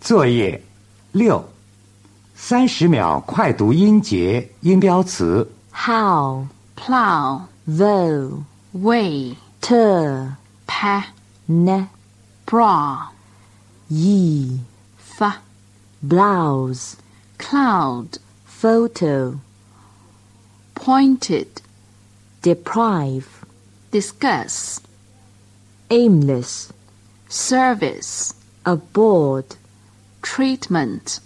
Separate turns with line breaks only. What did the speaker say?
作业六，三十秒快读音节、音标词。
how,
plow,
though,
way,
ter,
pa,
ne,
bra,
ye,
fa,
blouse,
cloud,
photo,
pointed,
deprive,
discuss,
aimless,
service,
aboard,
treatment,